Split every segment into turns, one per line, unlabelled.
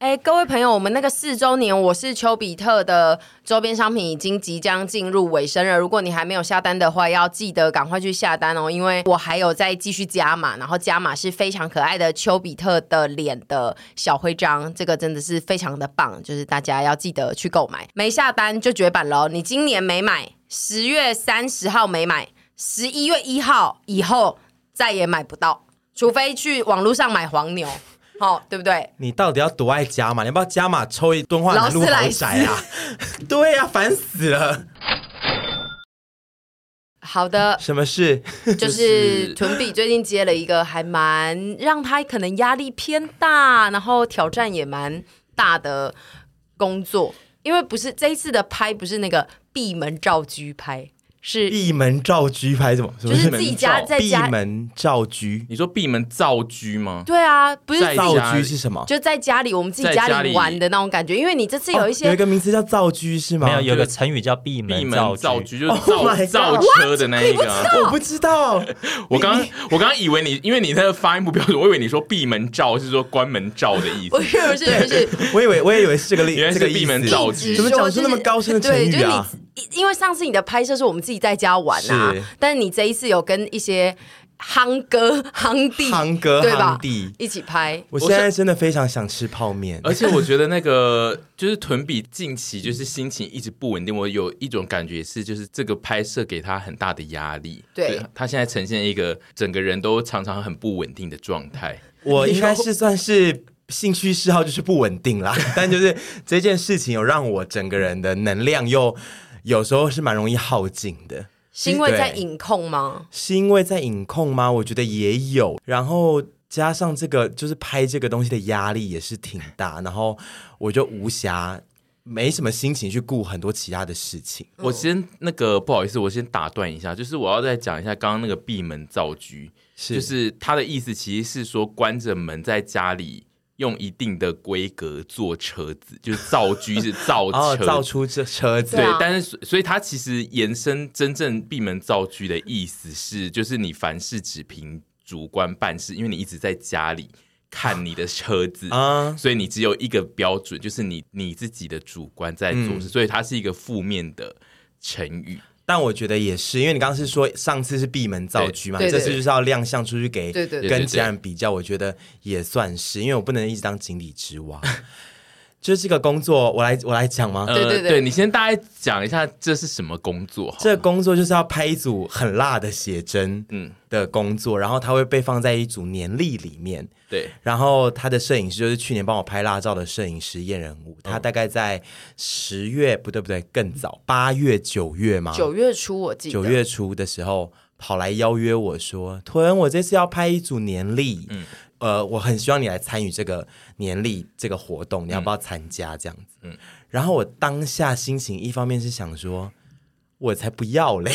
哎、各位朋友，我们那个四周年，我是丘比特的周边商品已经即将进入尾声了。如果你还没有下单的话，要记得赶快去下单哦，因为我还有在继续加码，然后加码是非常可爱的丘比特的脸的小徽章，这个真的是非常的棒，就是大家要记得去购买，没下单就绝版哦喽。你今年没买，十月三十号没买，十一月一号以后再也买不到，除非去网络上买黄牛，好、对不对？
你到底要多爱加码？你要不要加码抽一敦化南路
劳斯莱
豪
斯
宅啊？ 对呀、烦死了！
好的，
什么事？
就是屯比最近接了一个还蛮让他可能压力偏大，然后挑战也蛮大的工作，因为不是这一次的拍不是那个闭门造车拍，是
闭门造车拍什么？什
就
么
是
是
自己家
闭门造
在
闭
家，
门造车？
你说闭门造车吗？
对啊，不是
在
自
家
己
造
里
车是什么？
就在家里我们自己
在
家
家
里
里
玩的那种感觉，因为你这次有一
哦、有
些
一个名字叫造车是吗？
没有，有
就
个
是
成语叫闭
闭
门
门
造
造
车。
车就是
Oh
造
my God
造车的那一个啊。
我不知道，
我刚
你
我刚刚以为你，因为你那个发音不标准，我以为你说闭门造是说关门造的意思
不。是不是不是，
我以为我也以为是这个例
原来
这
是
个意思
闭门造车
怎么讲出那么高深的成
对，就
语
是
啊？
你，因为上次你的拍摄是我们自己在家玩啊
是，
但是你这一次有跟一些夯哥、夯弟、
堂哥
对吧
堂弟，
一起拍，
我现在真的非常想吃泡面，
而且我觉得那个就是屯比近期就是心情一直不稳定，我有一种感觉是，就是这个拍摄给他很大的压力。
对
所以他现在呈现一个整个人都常常很不稳定的状态。
我应该是算是。兴趣嗜好就是不稳定啦， 但就是这件事情有让我整个人的能量又有时候是蛮容易耗尽的。
是因为在
对啊
影控吗？
是因为在影控吗？我觉得也有，然后加上这个就是拍这个东西的压力也是挺大，然后我就无暇，没什么心情去顾很多其他的事情。
我先那个不好意思，我先打断一下，就是我要再讲一下刚刚那个闭门造车，
是
就是他的意思其实是说关着门在家里。用一定的规格做车子，就是造车 是造
哦，
车
造出这车子
对
对
啊，
但是所所以它其实延伸真正闭门造车的意思是，就是你凡事只凭主观办事，因为你一直在家里看你的车子。
啊，
所以你只有一个标准，就是你你自己的主观在做
嗯
事，所以它是一个负面的成语。
但我觉得也是，因为你刚刚是说上次是闭门造车嘛，
对对
这次就是要亮相出去给
对对
对
跟其他人比较，我觉得也算是，因为我不能一直当井底之蛙。 就是这个工作，我来我来讲吗？
嗯
对对对
呃你先大概讲一下这是什么工作好
这工作就是要拍一组很辣的写真，嗯
嗯
的工作，然后它会被放在一组年历里面。
对，
然后他的摄影师就是去年帮我拍辣照的摄影师燕人物，
嗯
他大概在十月、不对不对，更早八月九月吗？
九月初我记得，
九月初的时候跑来邀约我说：“屯，我这次要拍一组年历，嗯，呃，我很希望你来参与这个年历这个活动，你要不要参加？”这样子，嗯，然后我当下心情一方面是想说。我才不要 嘞！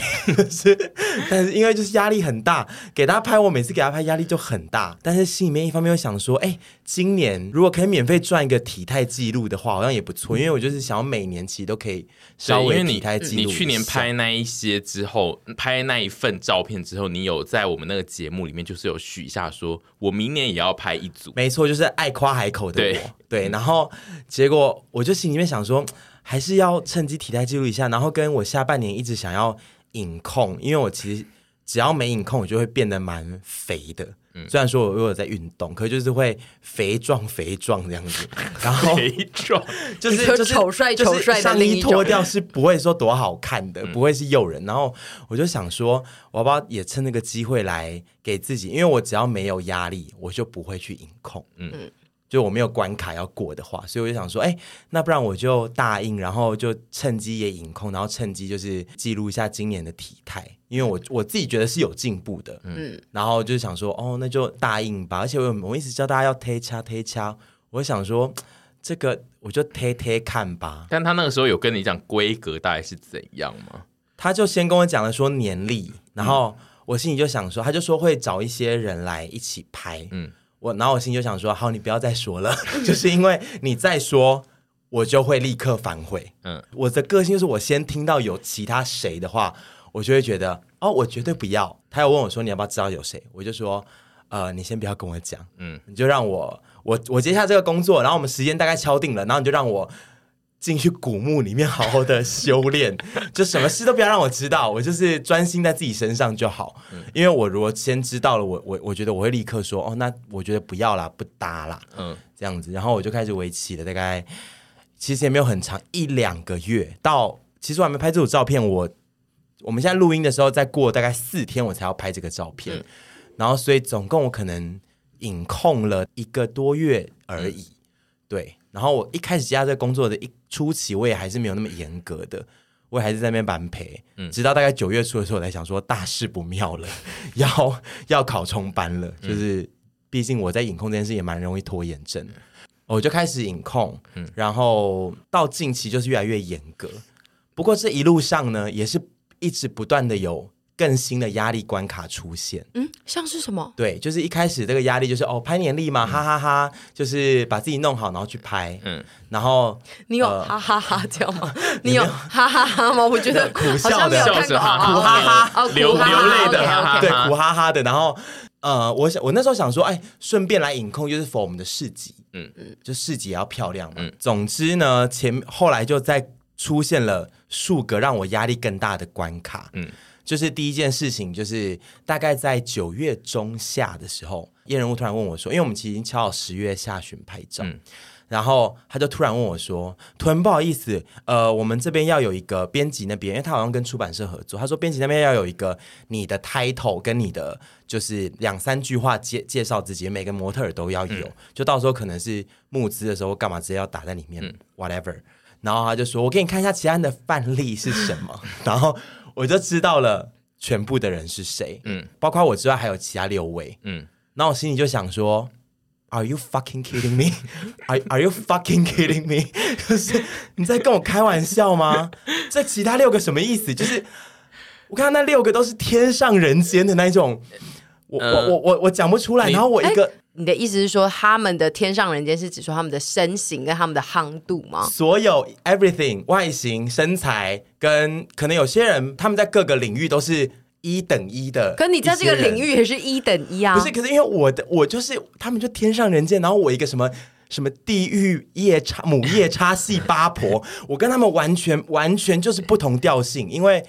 是，但是因为就是压力很大，给他拍，我每次给他拍压力就很大。但是心里面一方面又想说，哎、今年如果可以免费赚一个体态记录的话，好像也不错。因为我就是想要每年其实都可以稍
对，因
微
为
体态记录
你你去
一
年
下
拍那一些之后，拍那一份照片之后，你有在我们那个节目里面就是有许下说，我明年也要拍一组。
没错，就是爱夸海口的我。
对
对然后结果我就心里面想说，还是要趁机体态记录一下，然后跟我下半年一直想要隐控，因为我其实只要没隐控，我就会变得蛮肥的。
嗯
虽然说我我有在运动，可是就是会肥壮肥壮这样子，然后
肥壮，
就是
就
就是
丑帅
就是
丑帅的
上
另一
衣
种
脱掉是不会说多好看的，不会是诱人。然后我就想说，我要不要也趁那个机会来给自己，因为我只要没有压力，我就不会去隐控。嗯。就我没有关卡要过的话，所以我就想说，哎、那不然我就大应，然后就趁机也隐控，然后趁机就是记录一下今年的体态，因为我我自己觉得是有进步的，嗯，然后就想说，哦，那就大应吧。而且我有我一直教大家要推掐推掐，我想说这个我就推推看吧。
但他那个时候有跟你讲规格大概是怎样吗？
他就先跟我讲了说年历，然后我心里就想说，他就说会找一些人来一起拍，嗯，我然后我心里就想说，好，你不要再说了， 就是因为你再说，我就会立刻反悔，
嗯
嗯，我的个性就是我先听到有其他谁的话，我就会觉得哦，我绝对不要。他又问我说你要不要知道有谁，我就说呃，你先不要跟我讲，
嗯
嗯，你就让我我我接下这个工作，然后我们时间大概敲定了，然后你就让我。进去古墓里面好好的修炼， 就什么事都不要让我知道，我就是专心在自己身上就好。因为我如果先知道了，我我我觉得我会立刻说，哦，那我觉得不要啦，不搭啦，
嗯，
这样子。然后我就开始围棋了，大概其实也没有很长，一两个月。到其实我还没拍这组照片，我我们现在录音的时候，再过大概四天我才要拍这个照片，然后所以总共我可能隐控了一个多月而已。对，然后我一开始接下这个工作的一初期，我也还是没有那么严格的。我也还是在那边般陪，直到大概九月初的时候，我才想说大事不妙了， 要要考冲班了。就是，毕竟我在影控这件事也蛮容易拖延症，我就开始影控，然后到近期就是越来越严格。不过这一路上呢，也是一直不断的有更新的压力关卡出现。
嗯，像是什么？
对，就是一开始这个压力就是哦，拍年历嘛，哈哈哈就是把自己弄好，然后去拍，
嗯
嗯，然后
你有
呃
哈哈哈这样 吗？你有哈哈哈吗？我觉得
苦
好像
笑的
没有看
笑
过
着哈哈
哦
苦哈哈
哦苦
流
啊哈哈
流泪的哈哈
OK，OK
对，苦哈哈的。然后，呃，我想我那时候想说，哎，顺便来影控，就是 for 我们的市集，
嗯
嗯嗯，就市集也要漂亮嘛。
嗯
总之呢，前后来就在出现了数个让我压力更大的关卡，
嗯
嗯，就是第一件事情，就是大概在九月中下的时候，叶人物突然问我说，因为我们其实已经敲好十月下旬拍照，
嗯
然后他就突然问我说：“屯，不好意思，呃，我们这边要有一个编辑那边，因为他好像跟出版社合作，他说编辑那边要有一个你的 title 跟你的就是两三句话介介绍自己，每个模特儿都要有，就到时候可能是募资的时候干嘛直接要打在里面、w h a t e v e r 然后他就说：“我给你看一下其他人的范例是什么。”然后我就知道了全部的人是谁，
嗯
嗯，包括我之外还有其他六位，
嗯，
然后我心里就想说，Are you fucking kidding me? Are Are you fucking kidding me? 就是你在跟我开玩 笑吗？这其他六个什么意思？就是我看到那六个都是天上人间的那一种，我、我
呃
我我我讲不出来。
你
然后我一个
你的意思是说，他们的天上人间是指说他们的身形跟他们的夯度吗？
所有 everything 外形、身材跟可能有些人他们在各个领域都是一等一的一些人，
可你在这个领域也是一等一啊，
不是，可是因为我的我就是他们就天上人间，然后我一个什么什么地狱夜叉母夜叉系八婆， 我跟他们完全完全就是不同调性，因为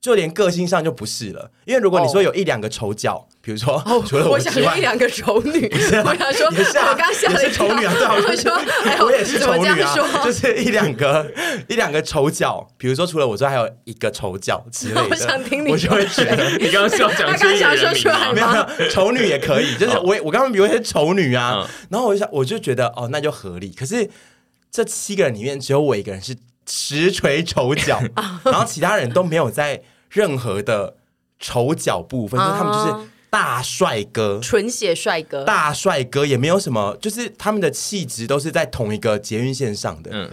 就连个性上就不是了。因为如果你说有一两个丑角，比如说、 除了
哦我
之
想说
外
一。两个丑 女，
啊
我想说，
也是啊
我刚想了
也
一
是
跳，
丑 女啊，对啊，
我说，哎呦，
我也是
怎么
丑
这
女
样
啊
说，
就是一两个一两个丑角，比如说除了我之外还有一个丑角之类的，
我想听你
我就会觉得
你刚刚是要讲
他
出
刚
一
想
个
说
人
出
名吗
来？
哦
没有没有， 丑女也 可以，就是我我刚刚比如说丑女啊，
嗯
然后我就想我就觉得哦，那就合理。可是这七个人里面只有我一个人是实锤丑 角，
啊
然后其他人都没有在任何的丑角部分，就是他们就
啊
是大帅哥。
纯血帅哥，
大帅哥也没有什么，就是他们的气质都是在同一个捷运线上的，
嗯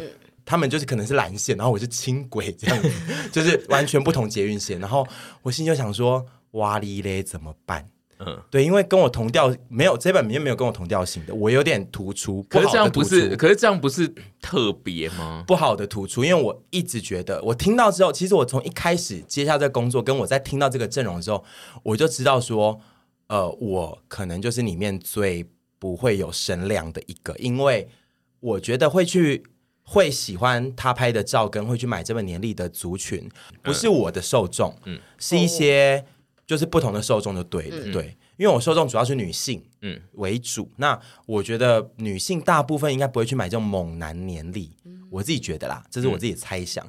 他们就是可能是蓝线，然后我是轻轨这 样子，就是完全不同捷运线。然后我心里就想说，哇哩嘞怎么办？
嗯
嗯，对，因为跟我同调没有这本里面没有跟我同调性的，我有点突出，
可是
好
这样
的
不
突
是，
出
可是这样不是特别吗？
不好的突出，因为我一直觉得，我听到之后，其实我从一开始接下这个工作，跟我在听到这个阵容的时候，我就知道说，呃，我可能就是里面最不会有声量的一个，因为我觉得会去会喜欢他拍的照，跟会去买这本年历的族群，不是我的受众，嗯，是一些。就是不同的受众就对了，对，因为我受众主要是女性，嗯
嗯
为主。那我觉得女性大部分应该不会去买这种猛男年历，我自己觉得啦，这是我自己的猜想。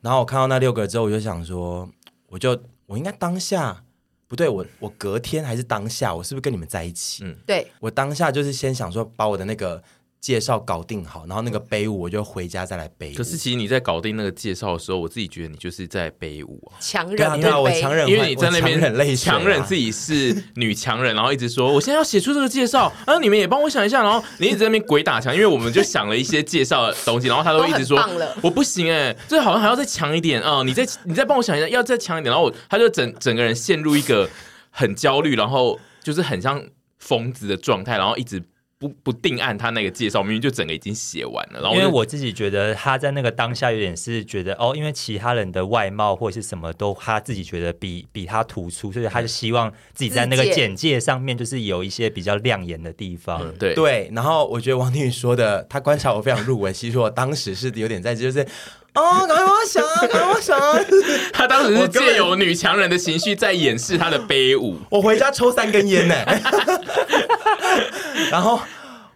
然后我看到那六个之后，我就想说，我就我应该当下不对，我我隔天还是当下，我是不是跟你们在一起？
嗯
对，
我当下就是先想说把我的那个介绍搞定好，然后那个背舞我就回家再来背舞。
可是其实你在搞定那个介绍的时候，我自己觉得你就是在背舞啊。
强
对啊
忍
对啊，
对
我
悲
强忍，
因为你在那
我强忍泪
边
水啊
强忍自己是女强人，然后一直说我现在要写出这个介绍，然后你们也帮我想一下，然后你一直在那边鬼打墙，因为我们就想了一些介绍的东西，然后他都一直说
都很棒了
我不行哎、这好像还要再强一点啊、你再你再帮我想一下，要再强一点，然后我他就整整个人陷入一个很焦虑，然后就是很像疯子的状态，然后一直不不定案他那个介绍，明明就整个已经写完了，然后
因
就
为我自己觉得他在那个当下有点是觉得哦，因为其他人的外貌或是什么都他自己觉得比比他突出，所以他就希望自己在那个
自介
简介上面就是有一些比较亮眼的地方。
嗯
对
对，然后我觉得王定宇说的，他观察我非常入微，其实我当时是有点在就是。哦，赶快帮我想啊，赶快帮我想 啊！
他当时
我
是
根本
借由女强人的情绪在掩饰他的悲舞。
我回家抽三根烟呢、然后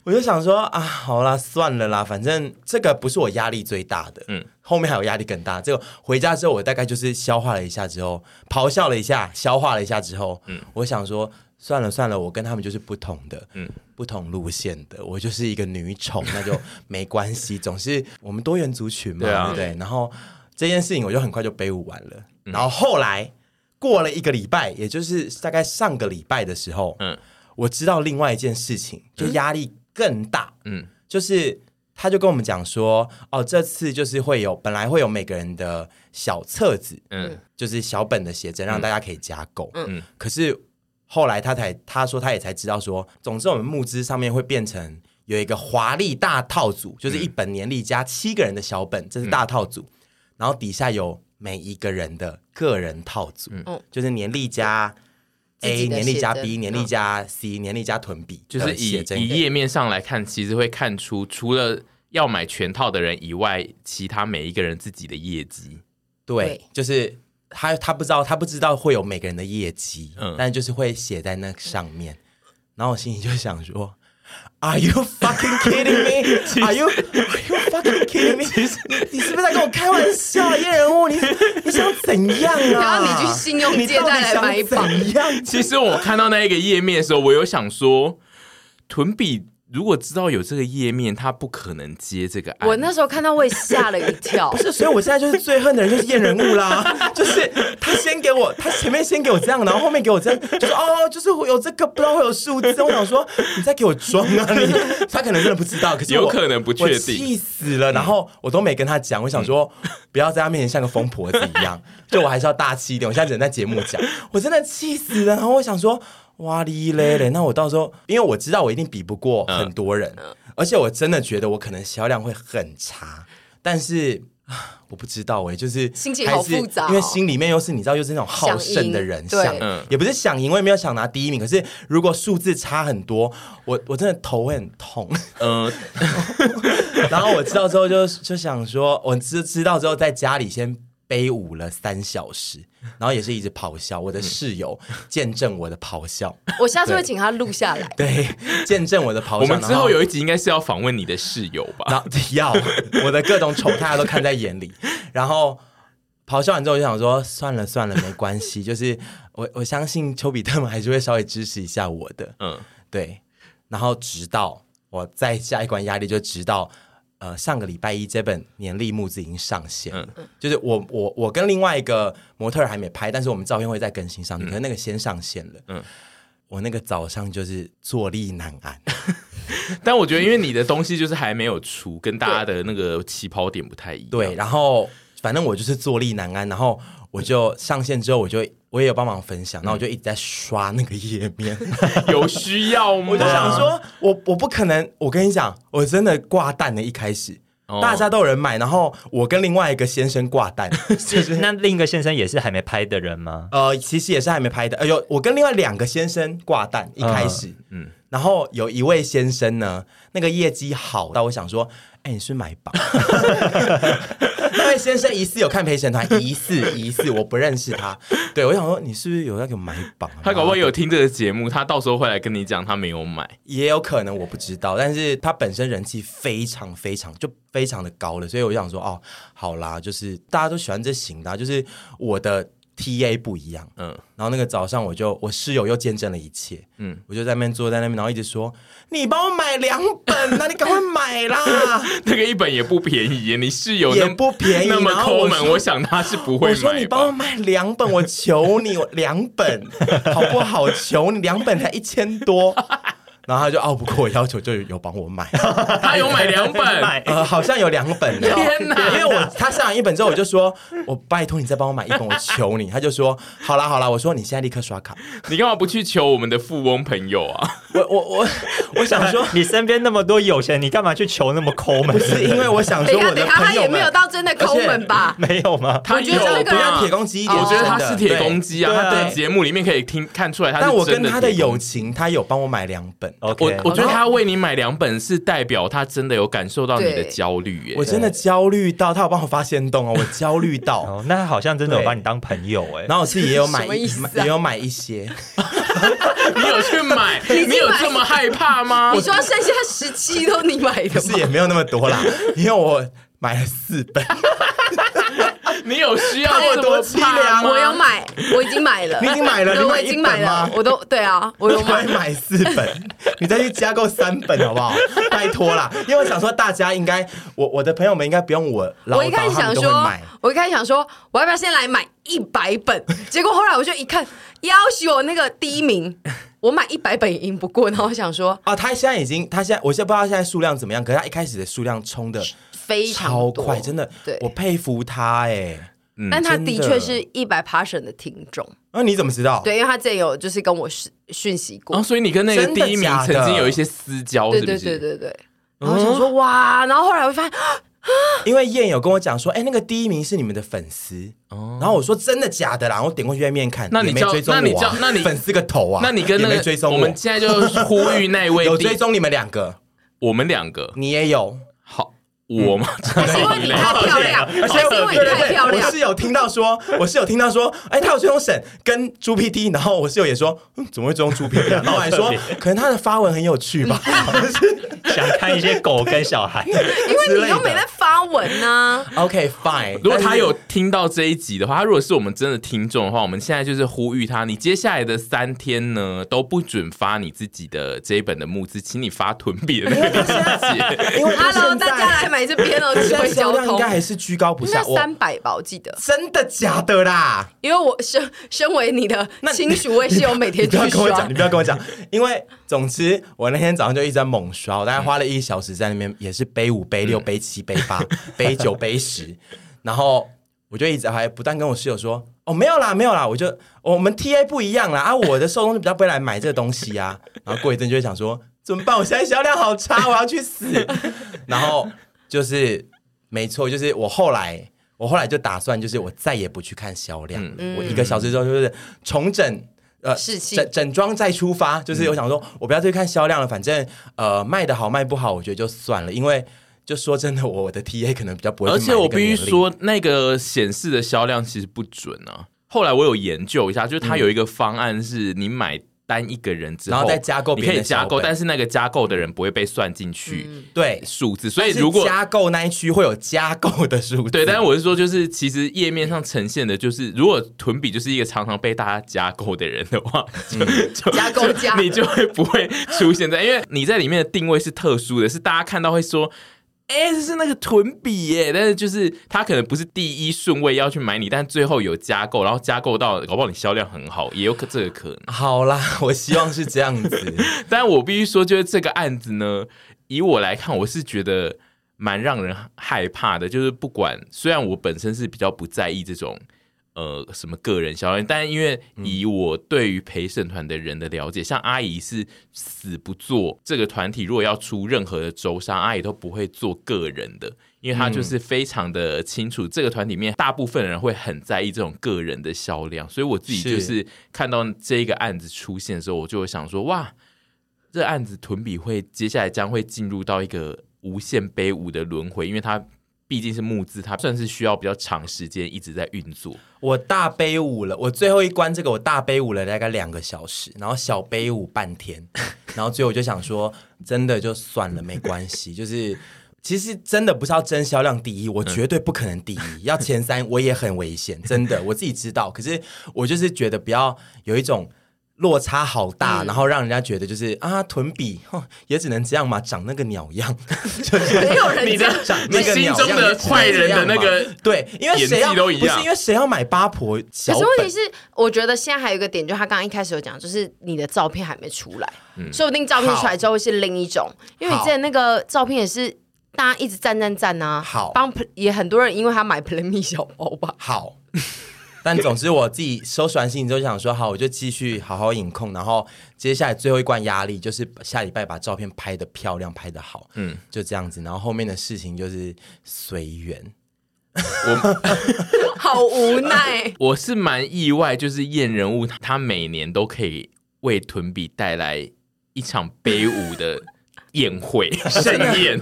我就想说啊，好啦，算了啦，反正这个不是我压力最大的，嗯
嗯，
后面还有压力更大。这个回家之后，我大概就是消化了一下之后，咆哮了一下，消化了一下之后，嗯，我想说算了算了，我跟他们就是不同的，嗯
嗯。
不同路线的，我就是一个女宠，那就没关系。总是我们多元族群嘛，
对啊
不对？然后这件事情我就很快就背舞完了。然后后来过了一个礼拜，也就是大概上个礼拜的时候，嗯
嗯，
我知道另外一件事情，就压力更大，
嗯，
就是他就跟我们讲说，哦，这次就是会有本来会有每个人的小册子，
嗯
就是小本的写真，让大家可以加购，嗯
嗯，
可是后来他才他说他也才知道说，总之我们募资上面会变成。有一个华丽大套组，
嗯
就是一本年历加七个人的小本，这是大套组。然后底下有每一个人的个人套组，
嗯
就是年历加
自
A、
己的
年历加
写
B、
真
年历加 C、年历加臀比，
嗯就是以
写真
以页面上来看，其实会看出除了要买全套的人以外，其他每一个人自己的业绩。
对
对，
就是他他不知道他不知道会有每个人的业绩，
嗯
但就是会写在那上面。然后我心里就想说。Are you fucking kidding me? Are you Are you fucking kidding me? 你你是不是在跟我开玩笑？叶人物，你你想怎样啊？
然后你去信用借贷来买
你到底想怎样？
其实我看到那一个页面的时候，我有想说，屯比如果知道有这个页面，他不可能接这个案。
我那时候看到我也吓了一 跳，
是，所以我现在就是最恨的人就是验人物啦， 就是他先给我，他前面先给我这样，然后后面给我这样，就是哦，就是会有这个不知道会有数字，我想说你在给我装 啊你，他可能真的不知道，可是我
有可能不确定
我气死了，然后我都没跟他讲，我想说不要在他面前像个疯婆子一样，就我还是要大气一点，我现在只能在节目讲，我真的气死了，然后我想说。哇哩嘞 嘞！那我到时候，因为我知道我一定比不过很多人，而且我真的觉得我可能销量会很差，但是啊我不知道哎、就是
心情好
还是
复杂哦
因为心里面又是你知道，又是那种好胜的人，
想赢
想
对
嗯
也不是想赢，我也没有想拿第一名。可是如果数字差很多，我我真的头会很痛。 哦
嗯、
然后我知道之后就就想说，我知知道之后在家里先背舞了三小时，然后也是一直咆哮。我的室友
嗯
见证我的咆哮，
我下次会请他录下来。
对，见证我的咆哮。
我们之
然
后有一集应该是要访问你的室友吧？
然后 要我的各种丑态他都看在眼里，然后咆哮完之后我就想说算了算了，没关系，就是我我相信丘比特们还是会稍微支持一下我的，
嗯，
对，然后直到我再下一关压力就直到。呃，上个礼拜一这本年历募资已经上线了，
嗯
就是我我我跟另外一个模特儿还没拍，但是我们照片会再更新上去，可能那个先上线了。嗯
嗯，
我那个早上就是坐立难安，
但我觉得因为你的东西就是还没有出，跟大家的那个起跑点不太一样。
对，然后反正我就是坐立难安，然后我就上线之后，我就我也有帮忙分享，然后我就一直在刷那个页面，
有需要吗？
我就想说，我我不可能，我跟你讲，我真的挂蛋的一开始。
哦
大家都有人买，然后我跟另外一个先生挂蛋，就是
那另一个先生也是还没拍的人吗？
呃，其实也是还没拍的，哎呦，我跟另外两个先生挂蛋一开始，嗯
嗯，
然后有一位先生呢，那个业绩好到我想说，哎，你是不是买保？ 那位先生疑似有看陪审团，疑似疑似，我不认识他。对我想说，你是不是有要给我买榜啊？
他搞不好也有听这个节目，他到时候会来跟你讲他没有买。
也有可能我不知道，但是他本身人气非常非常就非常的高了，所以我就想说，哦，好啦，就是大家都喜欢这型的啊、就是我的 TA 不一样，
嗯，
然后那个早上，我就我室友又见证了一切。嗯
嗯，
我就在那边坐在那边，然后一直说：“你帮我买两 本啊，你赶快买啦
那个一本也不便宜耶，你室友
也
那么
不便宜
那么
然后
抠
我
门，
说
我想他是！”不 会
我
买吧。
说：“你帮我买两本，我求你，我两 本好不好？求你两本才一千多。”然后他就拗不过我要求，就有帮我买。
他有买两 本，
买，
呃，好像有两 本的。
天哪
因为我他上完一本之后，我就说：“我拜托你再帮我买一本，我求你。”他就说：“好啦好啦，我说你现在立刻刷卡。
你干嘛不去求我们的富翁朋友啊？
我”我我我 想说
你身边那么多有钱人，你干嘛去求那么抠门
不？是因为我想
等
说
一下，
我
等
的
一下，他
朋友
也没
们嗯
有。到真的抠门吧？
没有吗？
他
觉得
有
这个
不要
吧
铁公鸡一点，
我觉得他
真
是
的
铁公鸡啊，
对
他在
对
节目里面可以听看出来他是
但我跟
真
他
的
的
铁公
友
鸡。哦
情，他有帮我买两本。
我
OK，
我觉得他为你买两本是代表他真的有感受到你的
对
焦虑耶
我。真的焦虑到，他有帮我发现洞哦，我焦虑到。
哦，那他好像真的有
对
把你当朋友哎、
然后我自己也有买
什么
一
意，思啊
买也有买一些，
你有去 买？你有这么害怕吗？
你说剩下十七都你买
可
的
是
吗？
也没有那么多啦，因为我买了四本。
你有需要
看我
这
多
么
凄
怕
凉
吗？
我有买，我已经买了。
啊你已经买 了
对
你买
我
一
已经买
本吗
了，我都对啊，我有
我还
买。
买四 本，你再去加购三本好不好？拜托啦，因为我想说大家应该，我我的朋友们应该不用我唠
我一开
叨，
始
他
想
们都会
说
买。，
我一开始想说，我要不要先来买一百本？结果后来我就一看，要求我那个第一 名，我买一百本赢不过，然后我想说
啊，他现在已经，他现在我现在不知道他现在数量怎么样，可是他一开始的数量冲的
非常
超
多
快，真的
对，
我佩服他哎、
但他
真的
的确是一百 passion 的听众，
那、哦你怎么知道？
对，因为他之前有就是跟我讯讯息过
哦，，所以你跟那个
真
第
的
一名
假的
曾经有一些私交，
对
是不
对
是？
对对对。
哦
然后我想说哇，然后后来我就发现啊
因为燕有跟我讲说，哎、那个第一名是你们的粉丝，然后我说真的假的啦，然后我点过去外面看，
哦那你
也没
叫
追踪我、啊，
那你叫那你
粉丝个头啊，
那你跟那
也
个
没追踪我
我们现在就呼吁那位
有
第
追踪你们两个，
我们两个
你也有，
好，
嗯
我 吗？
还是因为你太漂亮，
而且
还啊是因
我
为你太漂
我
亮
室。友听到说， 我室友听到说，哎、他有追踪沈跟猪 PT，然后我室友也说，嗯，怎么会追踪猪 PT？然后我还说， 可能他的发文很有趣吧，
想看一些狗跟 小孩，
因为你又
之类
没
的
在发文啊呢、
OK fine，
如果他有
但是
听到这一集的话，他如果是我们真的听众的话，我们现在就是呼吁他，你接下来的三天呢都不准发你自己的这一本的募资，请你发囤币 的那个链接。
因为他
Hello，
现
大家来
在
买这边哦，
现
指
在
挥
销
交
量应
通
该。还是居高不
那
下，我
三百吧，我记得，
真的假的啦？
因为我身身为你的亲属，我也是有每
你
天去
不要跟我
刷
讲，你。不要跟我讲，因为总之我那天早上就一直在猛刷，我大概花了一小时在那边，也是背五、
嗯
背六、背七、背八、 背九、背十，然后我就一直还不断跟我室友说：“哦，没有啦，没有啦，我就、我们 TA 不一样啦，啊，我的受众就比较不会来买这个东西啊。” 然后过一阵就会想说：“怎么办？我现在销量好差，我要去死。”然后就是没错，就是我后来。我后来就打算，就是我再也不去看销量了。
嗯
我一个小时之后就是重整呃
士气
整整装再出发，就是我想说，我不要再去看销量了，反正呃卖的好卖不好，我觉得就算了，因为就说真的，我的 TA 可能比较不会去买
而
那
且
个年龄。
我必须说，那个显示的销量其实不准啊。后来我有研究一下，就是它有一个方案是你买。单一个人之后，
然后再加购
你
别人
可
的
以加
小
购，
本
但是那个加购的人不会被算进去
对，
数字，所以如
但
果
嗯是加购那一区会有加购的数字，
对，但是我是说，就是其实页面上呈现的，就是如果屯比就是一个常常被大家加购的人的话，就
嗯
就
加购
就
加
你就会不会出现在，因为你在里面的定位是特殊的，是大家看到会说。哎、这是那个屯比耶，但是就是他可能不是第一顺位要去买你，但最后有加购，然后加购到搞不好你销量很好，也有可这个可能。
好啦，我希望是这样子。
但我必须说，就是这个案子呢，以我来看，我是觉得蛮让人害怕的。就是不管，虽然我本身是比较不在意这种呃什么个人销量，但因为以我对于陪审团的人的了解，像阿姨是死不做这个团体，如果要出任何的周商，阿姨都不会做个人的。因为她就是非常的清楚，这个团体里面大部分人会很在意这种个人的销量，所以我自己就是是看到这一个案子出现的时候，我就会想说，哇，这案子屯比会接下来将会进入到一个无限悲舞的轮回，因为它毕竟是募资，它算是需要比较长时间一直在运作。
我大悲舞了，我最后一关这个我大悲舞了大概两个小时，然后小悲舞半天， 然后最后我就想说，真的就算了，没关系，就是。其实真的不是要争销量第一，我绝对不可能第一，
嗯
要前三我也很危险，真 的，我自己知道。可是我就是觉得不要有一种落差好大，
嗯
然后让人家觉得就是啊，臀比哼也只能这样嘛，长那个鸟样，
没有人
你
这
的
样
你
那个
心
鸟
中的坏人的那个
对，因为谁
演
要
技都一样。
不是因为谁要买八婆小
可
本
是问题是，我觉得现在还有一个点，就他刚刚一开始有讲，就是你的照片还没出来，
嗯
说不定照片出来之后会是另一种，因为你之前那个照片也是大家一直赞赞赞啊，
好
帮 Pl- 也很多人因为他买 Play Me 小包吧，
好。 但总之，我自己收拾完心情之后想说，好，我就继续好好饮控，然后接下来最后一关压力就是下礼拜把照片拍的漂亮，拍的好，嗯，就这样子。然后后面的事情就是随缘，
好无奈
我是蛮意外，就是燕人物他每年都可以为屯比带来一场悲舞的宴 会盛宴，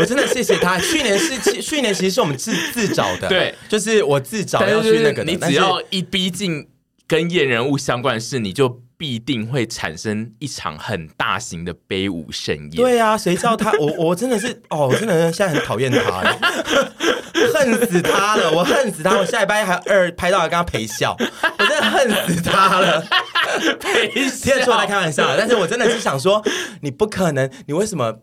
我真的谢谢他。去年是去去年其实是我们自自找的，
对，
就是我自找
但
要
是
去那个的，
你
但
只
是
要一逼近跟燕人物相关的事，你就必定会产生一场很大型的悲舞盛宴。
对啊，谁知道他？我我真的是哦，我真的现在很讨厌他了， 恨死他了，我恨死他！我下礼拜还二拍到还跟他陪笑，我真的恨死他了。
陪
听得出来在
笑，
开玩笑啦，但是我真的是想说，你不可能，你为什么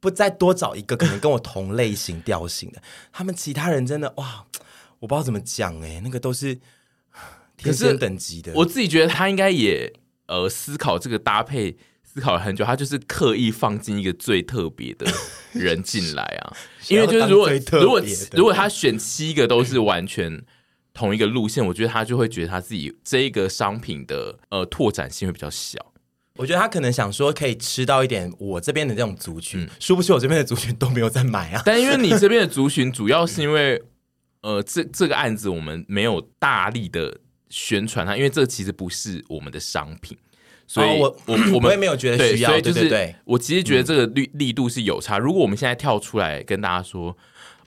不再多找一个可能跟我同类型调性的？他们其他人真的哇，我不知道怎么讲哎、那个都是天生等级的。
我自己觉得他应该也呃思考这个搭配。思考了很久，他就是刻意放进一个最特别的人进 来啊，因为就是如果
谁要当最特别的
如果如果他选七个都是完全同一个路线，我觉得他就会觉得他自己这一个商品的呃拓展性会比较小。
我觉得他可能想说可以吃到一点我这边的这种族群，殊不知我这边的族群都没有在买啊。
但因为你这边的族群，主要是因为呃，这这个案子我们没有大力的宣传它，因为这其实不是我们的商品，所以
哦
我、
我
我 们
我也没有觉得需要
对所以就
对对
是
对嗯
我其实觉得这个力力度是有差。如果我们现在跳出来跟大家说。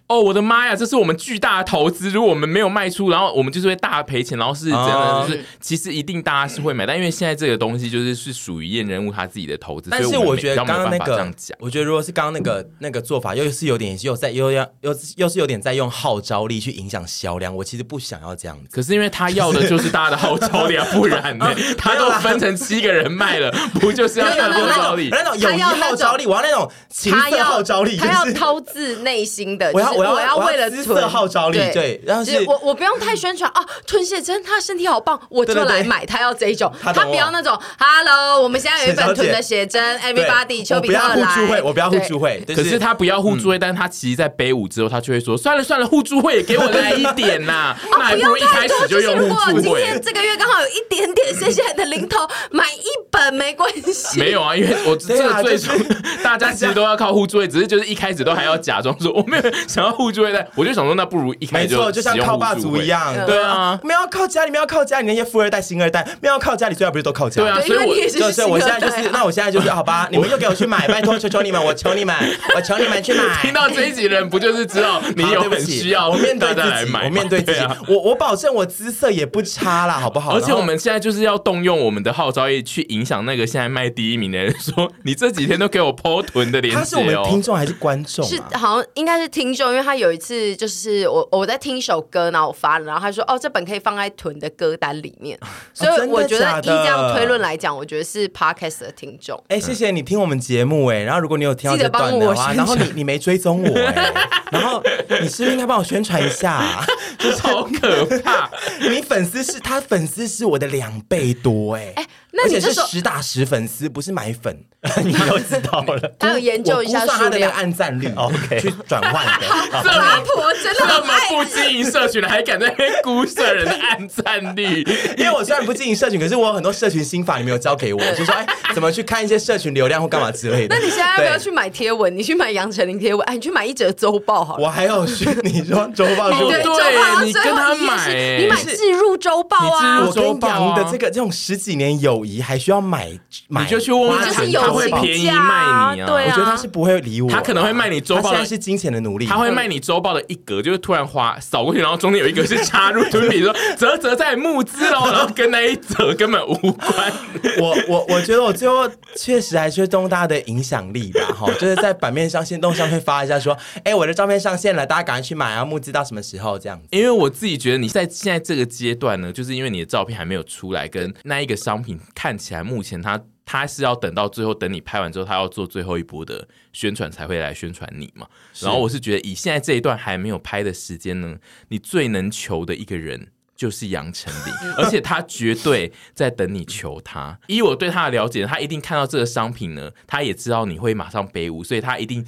哦，我的妈呀！这是我们巨大的投资，如果我们没有卖出，然后我们就是会大赔钱，然后是怎样的？
啊
就是其实一定大家是会买，但因为现在这个东西就是是属于验人物他自己的投资，
但
所以
是
我
我
们
觉得
比较没有
刚刚那
办法这
个
样讲，。
我觉得如果是刚刚那个那个做法，又是有点又在又要又又是有点在用号召力去影响销量，我其实不想要这样子。
可是因为他要的就是大家的号召 力啊，不然
哦
呢、他都分成七个人卖了，不就是要
不要
大
那
家的
种
号召力？
那种友谊号召力，我要那种情
他
色
要
号召力，
他要
就是
掏自内心的，
我要
就是
我要
我
我要
为了
姿色
囤
号召力对然后
就是
是
我我不用太宣传啊，吞谢真他身体好棒，我就
对对对
来买，他要这一种，
他
他
懂我
不要那种 Hello，我们现在有一
谢小
本
姐
囤的写真
对
，Everybody 丘
我
比
不
特
要互助
来，
会，我不要互
对
助会。就嗯
可是他不要互助会，但是他其实，在背舞之后，他就会说：“算了算了，互助会也给我来一点 呐、那还
啊不
不如
用
一
太
开始
多，
就是用
如果
互助
今
会
天。这个月刚好有一点点剩下来的零头，买一本没关”系。
没有啊，因为我这
对啊
个
就
最
是
初、 大家其实都要靠互助会，只是就是一开始都还要假装说我没有想要互助会，但我就想说那不如一开
没
始
错，就像
使用
靠霸
互助
族
会
一。样，
嗯
对啊
没有靠家里，没有靠家里那些富二代、星二代，没有靠家里，最好不是都靠家里。
对啊
对，
所以
因为
我
你也是
对，所以我现在就
新
是，
二代啊
那我现在就是，好吧，你们又给我去买，拜托，求求你们，我求 你们，我求你们去买。
听到这一集的人，不就是 知道你
好
有
对不
很
起
需要
我面对
大家来
自己，
买吗？
我面对自己，
啊
我我保证我姿色也不差啦，好不好？
而且
然后
我们现在就是要动用我们的号召力去影响那个现在卖第一名的人，说你这几天都给我剖臀的链
他是我
接
们听
哦。
众还是观众啊？
是好像应该是听众，因为他有一次就是我我在听一首歌，然后我发了，然后他说哦这本可以放在囤的歌单里面，所以
真的
我觉得
假
依
的
这样推论来讲，我觉得是 podcast 的听众。
哎、谢谢你听我们节目哎、然后如果你有听到
记得
这
帮
段的
我
话，
宣
然后你
传
你没追踪我哎、 然后你是不是应该帮我宣传一下、啊？就是
好可怕！
你粉丝是他粉丝是我的两倍多哎、
哎那
而
你
且是
这时候
实打实粉丝，不是买粉，你都知道了。
他有研究一下
我估算
数
他的那个
量，
按赞 率
OK
去转换 的。
这
阿
么
婆真的哎
这
很
么
爱
不经营社群的，还敢在那边估算人的暗战力？
因为我虽然不经营社群，可是我有很多社群心法你没有 教给我，就说哎、怎么去看一些社群流量或干嘛之类的。
那你现在要不要
对
去买贴文？你去买杨丞琳贴文，哎，你去买一折周报好了。哎
我还有去，你说周报
哦
说
对
周报啊
你
最
跟
后
他
一页
买
是
哎
你买置入周报
你置入
啊
我。跟
周报
杨
啊
的这个这种十几年友谊，还需要买买？
你就去问问
你
他，
就是
他
有
会
请
便宜
假啊
卖你啊
对啊，
我觉得他是不会理我，
他可能会卖你周
他
报
现
的
在是金钱的奴隶，
他会卖你周报的一格，就是突然划扫过去，然后中间有一个是插入图比说泽泽在募资喽，然后跟那一则根本无关。
我我我觉得我最后确实还缺东大的影响力吧， 哈，就是在版面上、线动上会发一下说，哎、我的照片上线了，大家赶快去买啊，募资到什么时候这样子。
因为我自己觉得你在现在这个阶段呢，就是因为你的照片还没有出来，跟那一个商品看起来目前它它是要等到最后，等你拍完之后，它要做最后一波的宣传才会来宣传你嘛。然后我是觉得以现在这一段还没有拍的时间呢，你最能求的一个人。就是杨丞琳，而且他绝对在等你求他。以我对他的了解，他一定看到这个商品呢，他也知道你会马上背舞，所以他一定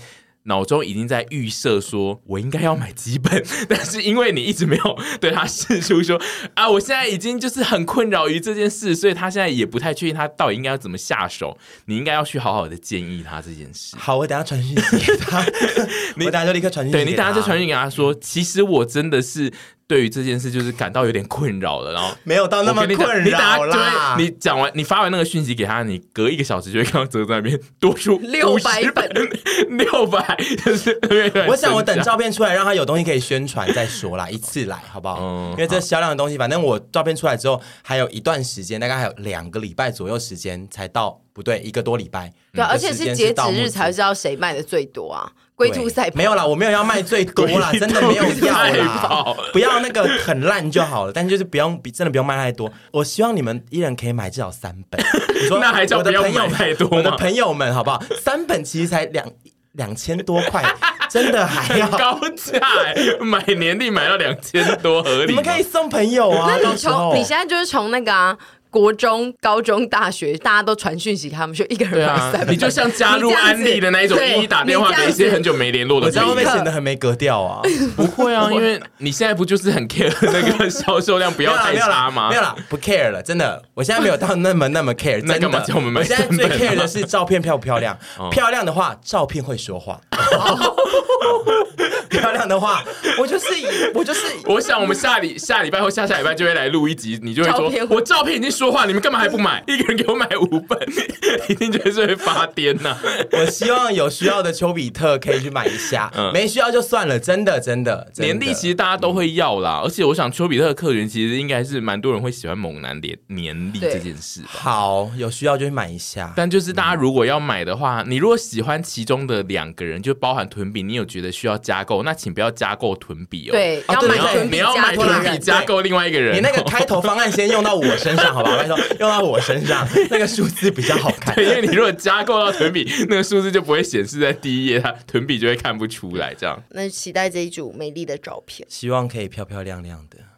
脑中已经在预设说，我应该要买几本， 但是因为你一直没有对他示出说啊，我现在已经就是很困扰于这件事，所以他现在也不太确定他到底应该要怎么下手。你应该要去好好的建议他这件事。
好，我等一下传讯息给他， 我等一下就立刻传讯息
对
给他。
你等下再传讯给他说，其实我真的是对于这件事就是感到有点困扰了，然后。
没有到那
我
么
跟你讲
困
你等下
扰
就
啦。
会你讲完，你发完那个讯息给他，你隔一个小时就会看到泽泽那边多 出
600本
本， 六百，就是
我想我等
着。
照片出来，让他有东西可以宣传再说啦，一次来好不好？
嗯
因为这销量的东西，反正我照片出来之后，还有一段时间，大概还有两个礼拜左右时间才到，不对，一个多礼拜。
对啊，
嗯
而且
时
是
间
截止
到目
日
前
才知道谁卖的最多啊。龟兔赛跑
没有啦，我没有要卖最多 啦，真的没有要
太
啦
爆，
不要那个很烂就好了，但就是不用，真的不用卖太多。我希望你们一人可以买至少三 本。你说
那还叫
我的
不要
朋友
买太多吗
我的朋友们好不好？三本其实才两两千多块， 真的还
很
好。
高价、欸，买年历买到两千多，合
你
理吗？
们可以送朋友啊，
那
到
你
时候
从你现在就是从那个啊，国中、高中、大学，大家都传讯息给他们，就一个
对
人买
啊
三，本，
你就像加入
你这样
安
子
利的那一种，
对
一一打电话
你这样
给一
子
些很久没联络的
我这样会
朋
不会
友。
显得很没格调啊？
不会啊，因为你现在不就是很 care 那个销售量不
不
要太差吗
没？有啦，不 care 了，真的，我现在没有到那么那 么 care，真
那
的。
干嘛叫我们买
现在最
三本啊
care 的是照片漂不漂 亮，
哦
漂亮的话，照片会说话。 漂亮的话，我就是我就是
我想我们下礼下礼拜或下下礼拜就会来录一集，你就会
照
说
片，会
我照片已经说话，你们干嘛还不买？一个人给我买五本， 一定就是会发癫 呐、
我希望有需要的丘比特可以去买一下，
嗯
没需要就算了，真的真的。真的
年历其实大家都会要啦，而且我想丘比特的客群其实应该是蛮多人会喜欢猛男年年历
对
这件事吧。
好，有需要就去买一下。
但就是大家如果要买的话，你如果喜欢其中的两个人，就包含臀比，你有觉得需要加购，那请不要加购臀比哦。
对，
啊
要
对
买
你要
囤
你
比
要
加
买
囤
臀
比
比加购另外一个人哦，
你那个开头方案先用到我身上，好吧？我跟你说，用到我身上， 那个数字比较好看。
对，因为你如果加购到臀比，那个数字就不会显示在第一页，它臀比就会看不出来这样。
那期待这一组美丽的照片。
希望可以漂漂亮亮的。